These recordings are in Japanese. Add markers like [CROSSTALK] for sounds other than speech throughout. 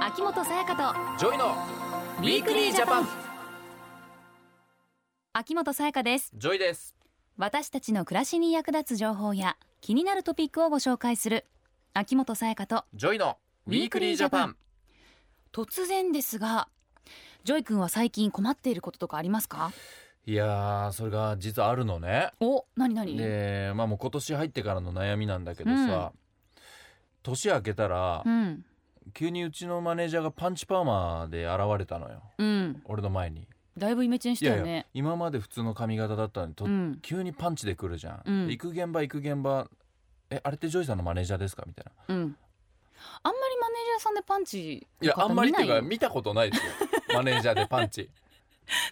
秋元才加とジョイのウィークリージャパン秋元才加ですジョイです私たちの暮らしに役立つ情報や気になるトピックをご紹介する秋元才加とジョイのウィークリージャパン突然ですがジョイ君は最近困っていることとかありますかいやーそれが実はあるのねお、なになにでまあもう今年入ってからの悩みなんだけどさ、年明けたらうん、急にうちのマネージャーがパンチパーマで現れたのようん、俺の前にだいぶイメチェンしいたやよいやね今まで普通の髪型だったのにと、うん、急にパンチで来るじゃん、うんで行く現場行く現場えあれってジョイさんのマネージャーですかみたいなうんあんまりマネージャーさんでパンチいやのあ方んまり見なっていいうか見たことないですよマネージャーでパン [LAUGHS] チ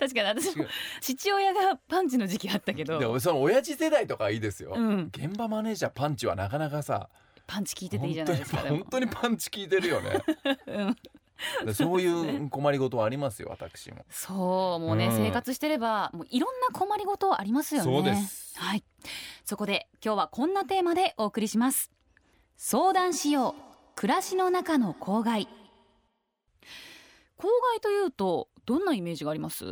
確かに私違もう父親がパンチの時期あったけでどもその親父世代とかはいいですよ、うん、現場マネージャーパンチはなかなかさパンチ聞いてていいじゃ本ない当にですかで本も当にパンチ効いてるよねうんでそういう困りごとはありますよ私もそうもうね、うん生活してればもういろんな困りごとありますよねそうですはいそこで今日はこんなテーマでお送りします相談しよう暮らしの中の公害公害というとどんなイメージがあります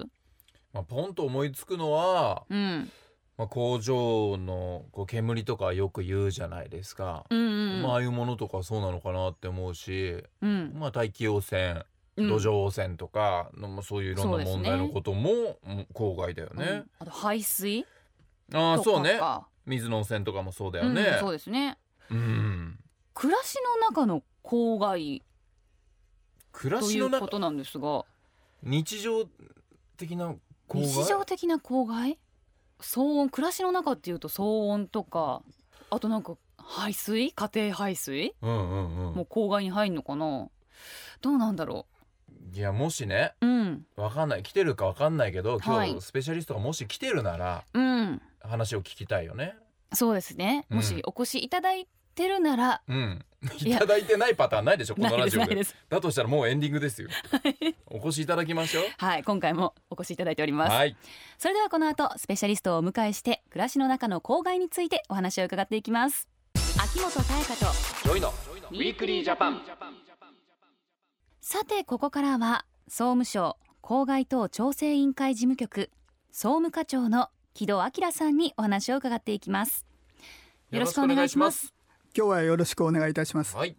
まあポンと思いつくのは、うんまあ、工場のこう煙とかよく言うじゃないですか、うんうんまあああいうものとかそうなのかなって思うし、うんまあ大気汚染う土ん壌汚染とかの、まあそういういろんそうなですね問題のことももう郊外だようねん。あと排水ああとかそうねか水の汚染とかもそうだうよんね。そうですねうん暮らしの中の公害暮らとしいのうこ中となんですが日常的な郊日外常的な公害騒音暮らしの中っていうと騒音とかあとなんか排水家庭排水うんうんうもうん公害に入んのかなどうなんだろいやもしねううんわかんない来てるかわかんないけど今はい日スペシャリストがもし来てるならうん話を聞きたいよね。そうですねうんもしお越しいただいてるなら、うん、 [LAUGHS] いいやただいてないパタ [LAUGHS] ーンないでしょこのないラですジオないでですだとしたらもうエンディングですよお越しいただきましょうはい今回もお越しいただいております、はいそれではこの後スペシャリストをお迎えして暮らしの中の公害についてお話を伺っていきます秋元彩香とジョイのウィークリージャパンさてここからは総務省公害等調整委員会事務局総務課長の木戸明さんにお話を伺っていきますよろしくお願いします今日はよろしくお願いいたします。はい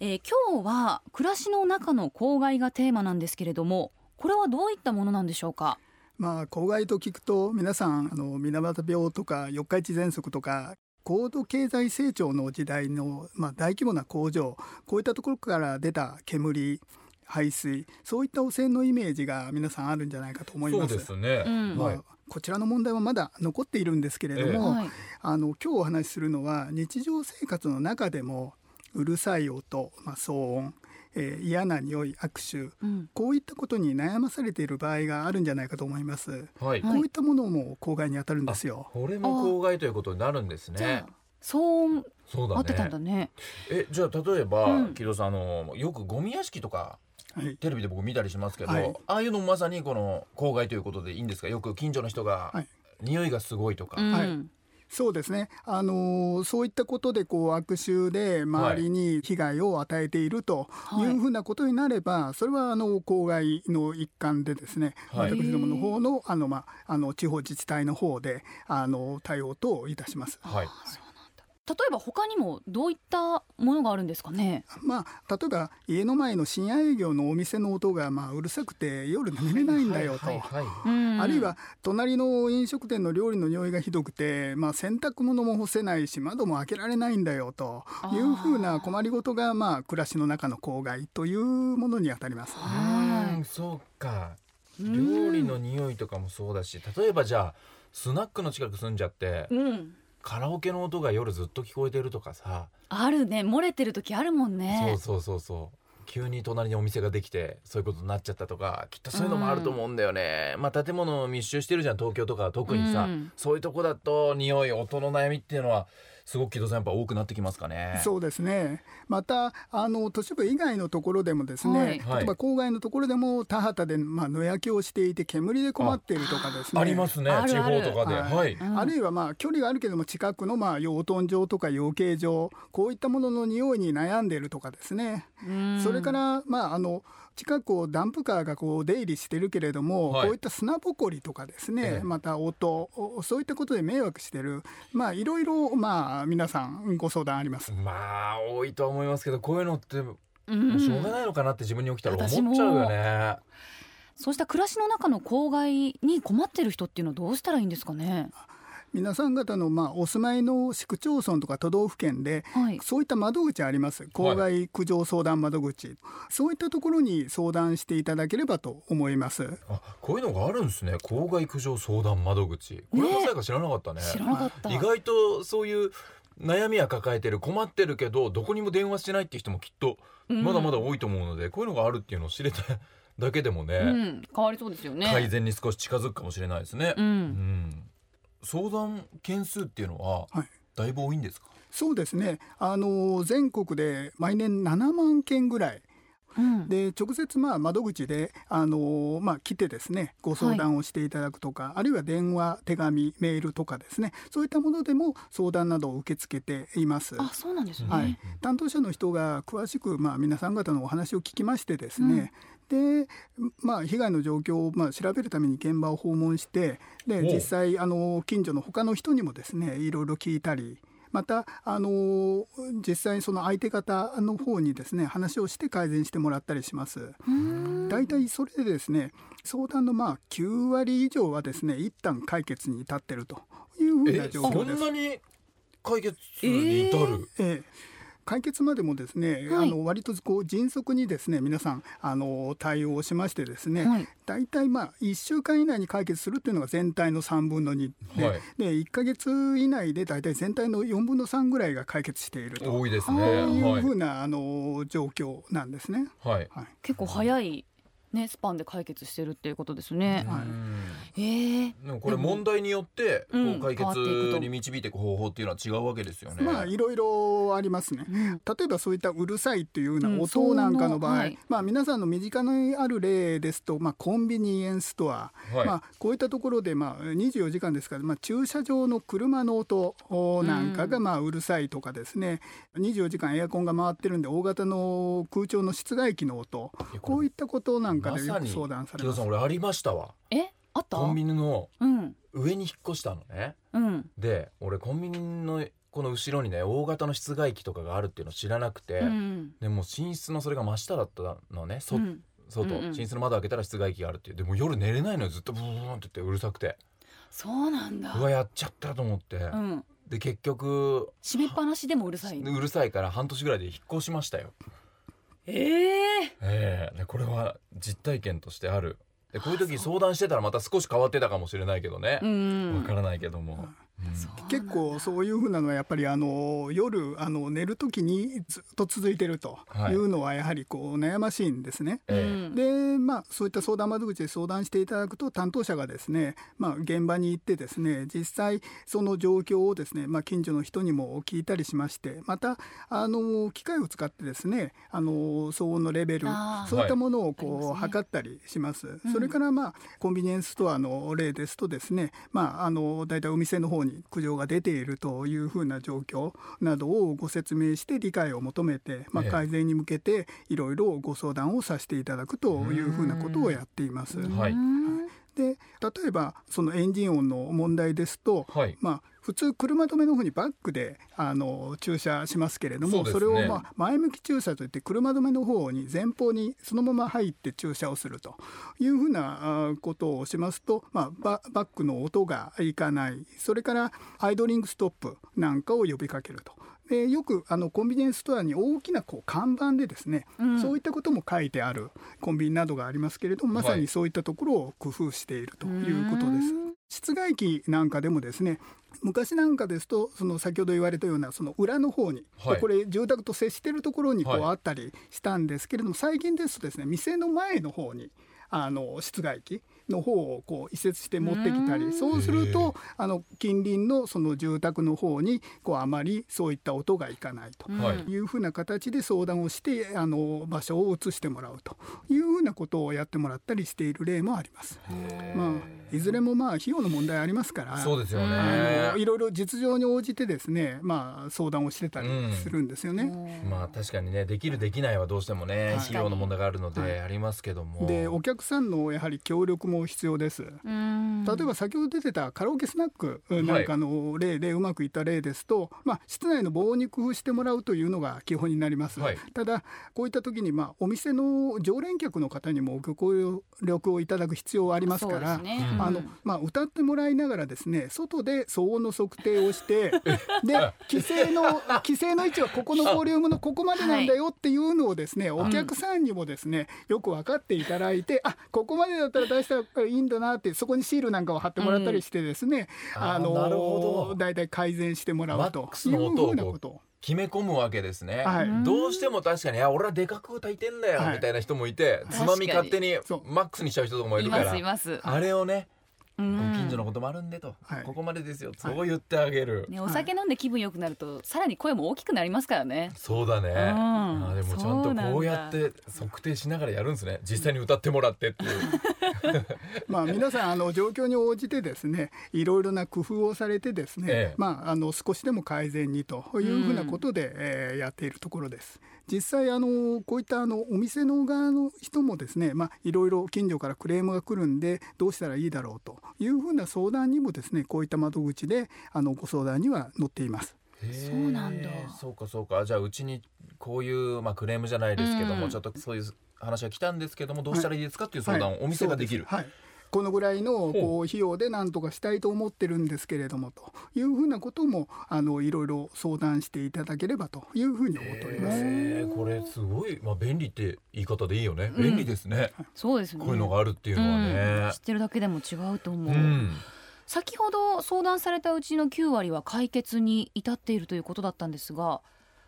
えー今日は暮らしの中の公害がテーマなんですけれどもこれはどういったものなんでしょうかまあ公害と聞くと皆さんあの水俣病とか四日市喘息とか高度経済成長の時代の、まあ、大規模な工場こういったところから出た煙排水そういった汚染のイメージが皆さんあるんじゃないかと思いそうます。ですね、うんまあはいこちらの問題はまだ残っているんですけれどええも、はいあの今日お話しするのは日常生活の中でもうるさい音、まあ、騒音、えー嫌な匂い握手うんこういったことに悩まされている場合があるんじゃないかと思います。はいはいこういったものも公害に当たるんですよ。これも公害ということになるんですじねゃあ騒音そう合だってたんねだねえじゃあ例えば、うん木戸さんあのよくゴミ屋敷とかはい。テレビで僕見たりしますけど、はいああいうのもまさにこの公害ということでいいんですかよく近所の人が、はい匂いがすごいとか、うんはいそうですね。あのーそういったことでこう悪臭で周りに被害を与えているといはいうふうなことになれば、それはあの公害の一環でですね、はい私どもの方のあのまああの地方自治体の方であの対応等をいたします。はいあーそうなんだ例えば他にもどういったものがあるんですかねまあ、例えば家の前の深夜営業のお店の音が、まあ、うるさくて夜眠れないんだよと、はいはいはいああるいは隣の飲食店の料理の匂いがひどくて、まあ、洗濯物も干せないし窓も開けられないんだよというふうな困りごとが、まあ、暮らしの中の公害というものにあたります。はいうーんそうかうん料理の匂いとかもそうだし例えばじゃあスナックの近く住んじゃってうんカラオケの音が夜ずっと聞こえてるとかさ、あるね漏れてる時あるもんねそうそうそうそう急に隣にお店ができてそういうことになっちゃったとかきっとそういうのもあると思うんだよね、まあ建物密集してるじゃん東京とかは特にさ、うんそういうとこだと匂い音の悩みっていうのはすごく木戸さんやっぱ多くなってきますかね。そうですねまたあの都市部以外のところでもですね、はい例えば郊外のところでも田畑で、まあ、野焼きをしていて煙で困っているとかですねありますねある地ある方とかで。ははいい。うんあるいはまあ距離があるけども近くのまあ養豚場とか養鶏場こういったものの匂いに悩んでるとかですねそれからまああの近くをダンプカーがこう出入りしてるけれども、はいこういった砂ぼこりとかですね、ええまた音おそういったことで迷惑してるまあいろいろまあ皆さんご相談あります。まあ多いとは思いますけどこういうのってもううしょうんがないのかなって自分に起きたら思っち私ゃもうよね。そうした暮らしの中の郊外に困ってる人っていうのはどうしたらいいんですかね。皆さん方のまあお住まいの市区町村とか都道府県ではい。そういった窓口あります郊外苦情相談窓口、そういったところに相談していただければと思いますあこういうのがあるんですね郊外苦情相談窓口これまさか知らなかったね知らなかった。意外とそういう悩みは抱えてる困ってるけどどこにも電話してないって人もきっとうんまだまだ多いと思うので、こういうのがあるっていうのを知れただけでもね、うん、変わりそうですよね。改善に少し近づくかもしれないですね、ううんん。相談件数っていうのははいだいぶ多いんですか、そうですねあの全国で毎年7万件ぐらいうん。で直接まあ窓口であの、まあ、来てですねご相談をしていただくとか、あるいは電話手紙メールとかですねそういったものでも相談などを受け付けています。あ、そうなんですね。はい、担当者の人が詳しく、まあ、皆さん方のお話を聞きましてですね、で、まあ、被害の状況を、まあ、調べるために現場を訪問してでおう実際あの近所の他の人にもですねいろいろ聞いたり。またあの実際その相手方の方にですね話をして改善してもらったりします。うん大体それでですね相談のまあ9割以上はですね一旦解決に至っているというふうなえ状そ況ですん。なに解決に至る、ええ、解決までもですね、はいあの割とこう迅速にですね皆さんあの対応しましてですね、はい。大体まあ1週間以内に解決するというのが全体の3分の2で,、はいで1か月以内で大体全体の4分の3ぐらいが解決していると多いですねあーいうはいふうな、あの状況なんですね。はい、はい結構早いねスパンで解決してるっていうことですね。はいうんええでもこれ問題によってこうんう解変わっていくと決に導いていく方法っていうのは違うわけですよね。まあいろいろありますね。うん例えばそういったうるさいっていうよううんな音なんかの場合、騒音はいまあ皆さんの身近にある例ですと、まあコンビニエンスストア、はいまあこういったところでまあ24時間ですから、まあ駐車場の車の音なんかがまあうるさいとかですね、24時間エアコンが回ってるんで大型の空調の室外機の音、いやこういれったことなんかまでよさくに相談さ木れ戸まさす。ん俺ありましたわ。えあった？コンビニのうん上に引っ越したのね。うんで俺コンビニのこの後ろにね大型の室外機とかがあるっていうの知らなくて、うん。でもう寝室のそれが真下だったのね、そうん外、うんうん寝室の窓開けたら室外機があるっていうでもう夜寝れないのよずっとブーンって言ってうるさくてそうなんだ。うわやっちゃったと思って、うん。で結局閉めっぱなしでもうるさい。うるさいから半年ぐらいで引っ越しましたよ。ええええでこれは実体験としてあるでこういう時相談してたらまた少し変わってたかもしれないけどねう、ん。わからないけども、うんそうなんだ結構そういうふうなのはやっぱりあの夜あの寝るときにずっと続いてるというのはやはりこう悩ましいんですね。うえん。でまあ、そういった相談窓口で相談していただくと担当者がですね、まあ、現場に行ってですね実際その状況をですね、まあ、近所の人にも聞いたりしましてまたあの機械を使ってですねあの騒音のレベルあーそういったものをありこうますね測ったりします、うんそれから、まあ、コンビニエンスストアの例ですとですね、まあ、あの大体お店の方に苦情が出ているというふうな状況などをご説明して理解を求めて、まあ、ええ改善に向けていろいろご相談をさせていただくとというふうなことをやっています。うでんはい例えばそのエンジン音の問題ですと、はいまあ、普通車止めの方にバックであの駐車しますけれどもそうですそねれを、まあ、前向き駐車といって車止めの方に前方にそのまま入って駐車をするというふうなあことをしますと、まあ、ババックの音がいかないそれからアイドリングストップなんかを呼びかけると。でよくあのコンビニエンスストアに大きなこう看板でですね、うんそういったことも書いてあるコンビニなどがありますけれどもまさはにいそういったところを工夫しているということです。室外機なんかでもですね昔なんかですとその先ほど言われたようなその裏の方に、はいでこれ住宅と接しているところにこうはいあったりしたんですけれども、最近ですとですね店の前の方にあの室外機の方をこう移設して持ってきたりそうするとあの近隣のその住宅の方にこうあまりそういった音がいかないとはいいうふうな形で相談をしてあの場所を移してもらうというふうなことをやってもらったりしている例もあります。まあ、いずれもまあ費用の問題ありますからそうですよね。あのいろいろ実情に応じてですね、まあ、相談をしてたりするんですよね。まあ確かにねできるできないはどうしてもねい費用の問題があるのでありますけども。でお客さんのやはり協力も必要です。うん例えば先ほど出てたカラオケスナックなんかの例でうまくいった例ですと、まあ、室内の防音に工夫してもらうというのが基本になります、はいただこういった時にまあお店の常連客の方にもご協力をいただく必要はありますからそうですねあのまあ、歌ってもらいながらですね外で騒音の測定をして [LAUGHS] で規制の規制の位置はここのボリュームのここまでなんだよっていうのをですねお客さんにもですねよく分かっていただいてあここまでだったら出したらいいんだなってそこにシールなんかを貼ってもらったりしてですね、うんああーなるほどのだいたい改善してもらうマとックいスうの音をふうなことを。決め込むわけですね、はいどうしても確かに「いや俺はでかく歌いてんだよ」はいみたいな人もいて、つまみ勝手にそうマックスにしちゃう人とかもいいるかますらいますあれをね、うんご近所のこともあるんでと、はいここまでですよそう言ってあげる、ねお酒飲んで気分良くなると、さらに声も大きくなりますからねそうだね、んあーでもちゃんとこうやっそて測定しながらやるんですね実際に歌ってもらってっていう、まあ、皆さんあの状況に応じてですねいろいろな工夫をされてですね、ええまあ、あの少しでも改善にというふうなことで、えーやっているところです。実際あのこういったあのお店の側の人もですね、まあ、いろいろ近所からクレームが来るんでどうしたらいいだろうというふうな相談にもですねこういった窓口であのご相談には載っています。そうなんだそうかそうかじゃあうちにこういう、まあ、クレームじゃないですけども、うんちょっとそういう話が来たんですけどもどうしたらいいですかっていう相談はいをお店ができる、そうすはいこのぐらいのこう費用で何とかしたいと思ってるんですけれどもというふうなこともあのいろいろ相談していただければというふうに思っております。えーこれすごい、まあ、便利って言い方でいいよね便利ですね、そうですねこういうのがあるっていうのはうんね知っ、てるだけでも違うとう思んう、先ほど相談されたうちの9割は解決に至っているということだったんですが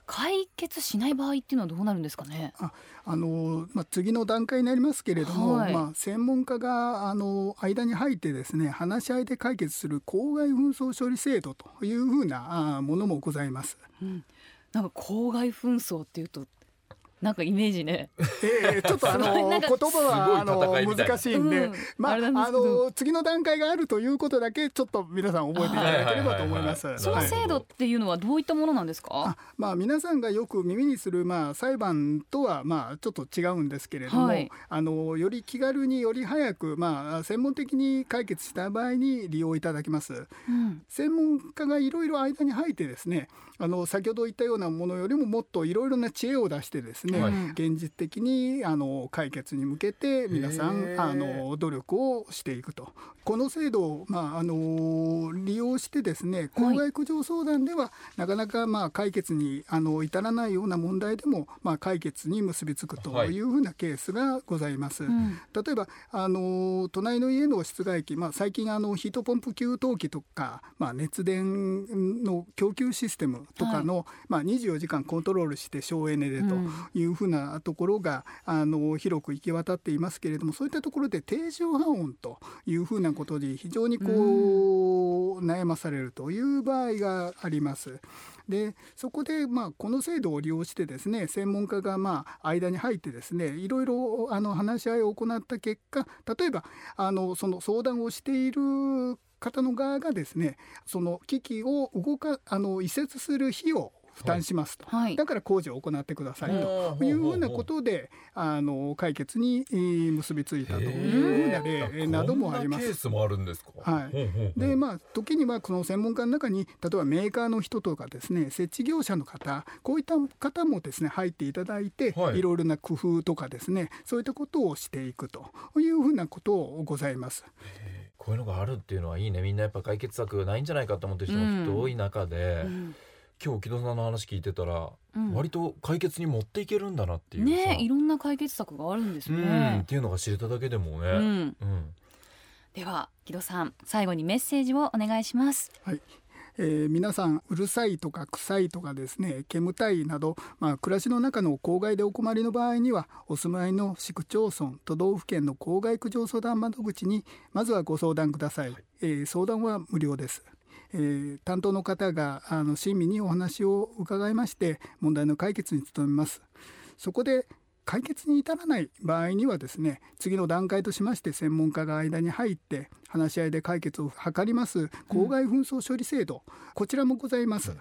解決しない場合っていうのはどうなるんですかねああのまあ、次の段階になりますけれども、はいまあ、専門家があの間に入ってですね話し合いで解決する公害紛争処理制度というふうなあものもございます。なんか郊外紛争っていうとなんかイメージねええちょっとあのなん言か葉はすあごい戦いみのたいな難しいんで、うんまああれなんであすけどの次の段階があるということだけちょっと皆さん覚えていただければと思います。はいはいはいはいその制度っていうのはどういったものなんですかあまあ、皆さんがよく耳にする、まあ、裁判とは、まあ、ちょっと違うんですけれども、はいあのより気軽により早く、まあ、専門的に解決した場合に利用いただきますうん専門家がいろいろ間に入ってですねあの先ほど言ったようなものよりももっといろいろな知恵を出してですはね、い現実的にあの解決に向けて皆さへんーあの努力をしていくとこの制度を、まあ、あの利用してですね公害苦情相談では、なかなかまあ解決にあの至らないような問題でも、まあ、解決に結びつくというふうなケースがございます。ん例えばあの隣の家の室外機、まあ、最近あのヒートポンプ給湯器とか、まあ、熱電の供給システムとかの、まあ、24時間コントロールして省エネでとうんいうふうなところが、あの広く行き渡っていますけれどもそういったところで低周波音というふうなことに非常にこう、悩まされるという場合があります。でそこで、まあ、この制度を利用してですね専門家が、まあ、間に入ってですねいろいろあの話し合いを行った結果例えばあのその相談をしている方の側がですねその機器を動かあの移設する費用を負担しますと、はいだから工事を行ってくださいと。んいうふうなことであの解決にえー結びついたというふうなへー例などもありまこんなケーす。スもあるんですか。はいほうほうほうでまあ、時にはこの専門家の中に例えばメーカーの人とかですね設置業者の方こういった方もですね入っていただいて、はいいろいろな工夫とかですねそういったことをしていくというふうなことをございます。こういうのがあるっていうのはいいね。みんなやっぱ解決策ないんじゃないかと思ってる人もきっと多い中で、うん今日木戸さんの話聞いてたら、うん割と解決に持っていけるんだなっていうさ。ねいろんな解決策があるんですうんっねていうのが知れただけでもね。うんうんでは木戸さん最後にメッセージをお願いしますはいえー皆さんうるさいとか臭いとかですね煙たいなど、まあ、暮らしの中の公害でお困りの場合にはお住まいの市区町村都道府県の公害苦情相談窓口にまずはご相談ください、えー相談は無料ですえー担当の方があの親身にお話を伺いまして問題の解決に努めますそこで解決に至らない場合にはですね次の段階としまして専門家が間に入って話し合いで解決を図ります公害紛争処理制度、こちらもございます、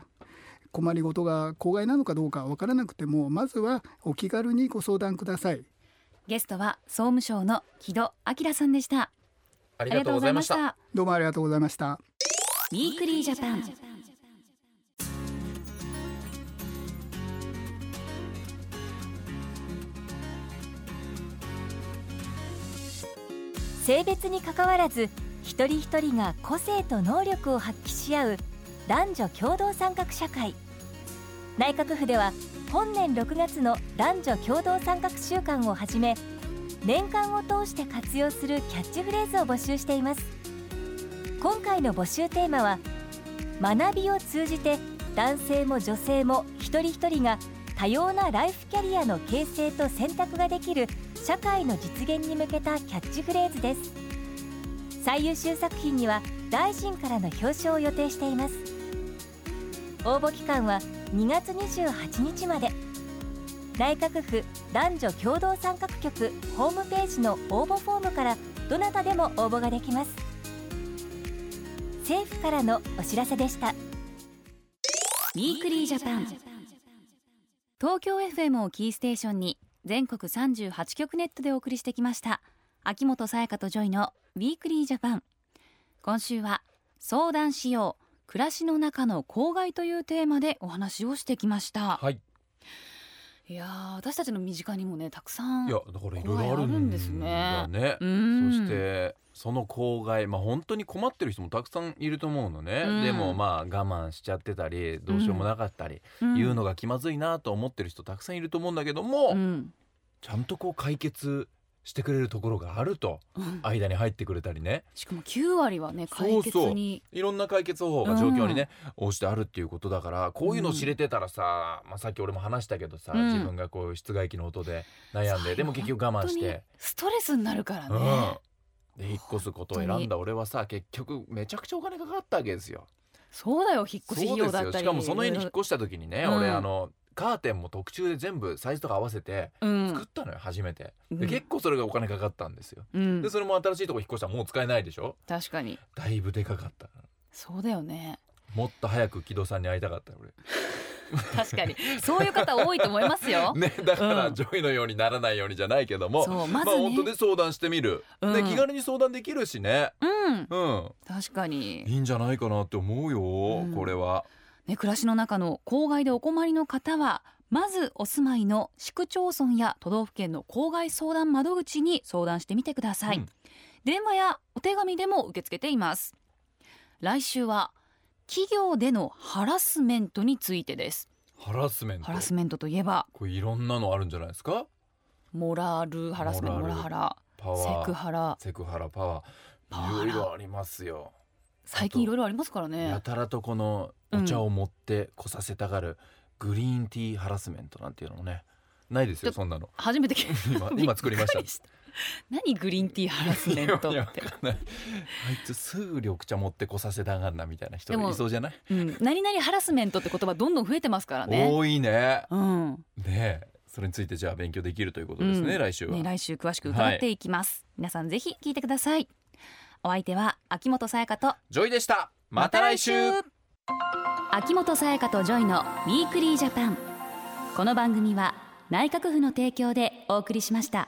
困りごとが公害なのかどうかわからなくてもまずはお気軽にご相談くださいゲストは総務省の木戸明さんでしたあありがとうございましたどうもありがとうございましたウィークリージャパン性別にかかわらず一人一人が個性と能力を発揮し合う男女共同参画社会内閣府では本年6月の男女共同参画週間をはじめ年間を通して活用するキャッチフレーズを募集しています今回の募集テーマは学びを通じて男性も女性も一人一人が多様なライフキャリアの形成と選択ができる社会の実現に向けたキャッチフレーズです最優秀作品には大臣からの表彰を予定しています応募期間は2月28日まで内閣府男女共同参画局ホームページの応募フォームからどなたでも応募ができます政府からのお知らせでしたウィークリージャパン東京 FM をキーステーションに全国38局ネットでお送りしてきました秋元才加とジョイのウィークリージャパン今週は相談しよう暮らしの中の公害というテーマでお話をしてきました、はいい、やー私たちの身近にもねたくさんいやだからいろいろあるんですあねるんねうんそしてその公害まあ本当に困ってる人もたくさんいると思うのね、うんでもまあ我慢しちゃってたりどうしようもなかったり、うん言うのが気まずいなと思ってる人たくさんいると思うんだけども、うんちゃんとこう解決してくれるところがあるとうん間に入ってくれたりねしかも9割はね解決にいろんな解決方法が状況にね、応じてあるっていうことだからこういうの知れてたらさ、まあ、さっき俺も話したけどさ、うん自分がこう室外機の音で悩んそうででも結局我慢して、ストレスになるからね、うん、で引っ越すことを選本ん当だ俺はさ結局めちゃくちゃお金かかったわけですよ。そうだよ引っ越しそ費うで用すだよったしりかもその家に引っ越した時にね、俺うんあのカーテンも特注で全部サイズとか合わせてうん作ったのよ初めて、うでん結構それがお金かかったんですよ。うんでそれも新しいとこ引っ越したらもう使えないでしょ確かにだいぶでかかったそうだよ [LAUGHS] ねもっと早く木戸さんに会いたかった俺確かにそういう方多いと思いますよ、ね、だから、うんジョイのようにならないようにじゃないけども、そうまず [LAUGHS] まあね、本当で相談してみる、うんで気軽に相談できるしね、うんうん、確かに、いいんじゃないかなって思うよ、うんこれは。ね、暮らしの中の郊外でお困りの方はまずお住まいの市区町村や都道府県の郊外相談窓口に相談してみてください、うん電話やお手紙でも受け付けています来週は企業でのハラスメントについてですハラスメントハラスメントといえばこれいろんなのあるんじゃないですかモラルハラスメントモモララハルラパセワークハラセクハラパワパワハラーいろいろありますよ。最近いろいろありますからやねたらとこのお茶を持ってこさせたがるグリーンティーハラスメントなんていうのもねないですよちょそんなの初めて聞い今今作りまし [LAUGHS] たびっくした何グリーンティーハラスメントっいやいてやわかんない [LAUGHS] あいつすぐ緑茶持ってこさせたがんなみたいな人でもいそうじゃない、うん、何々ハラスメントって言葉どんどん増えてますからね多いねうんねえそれについてじゃあ勉強できるということですね、うん来週は、ね、来週詳しく伺っていきます、皆さんぜひ聞いてくださいお相手は秋元才加とジョイでしたまた来週秋元才加とジョイのウィークリージャパンこの番組は内閣府の提供でお送りしました。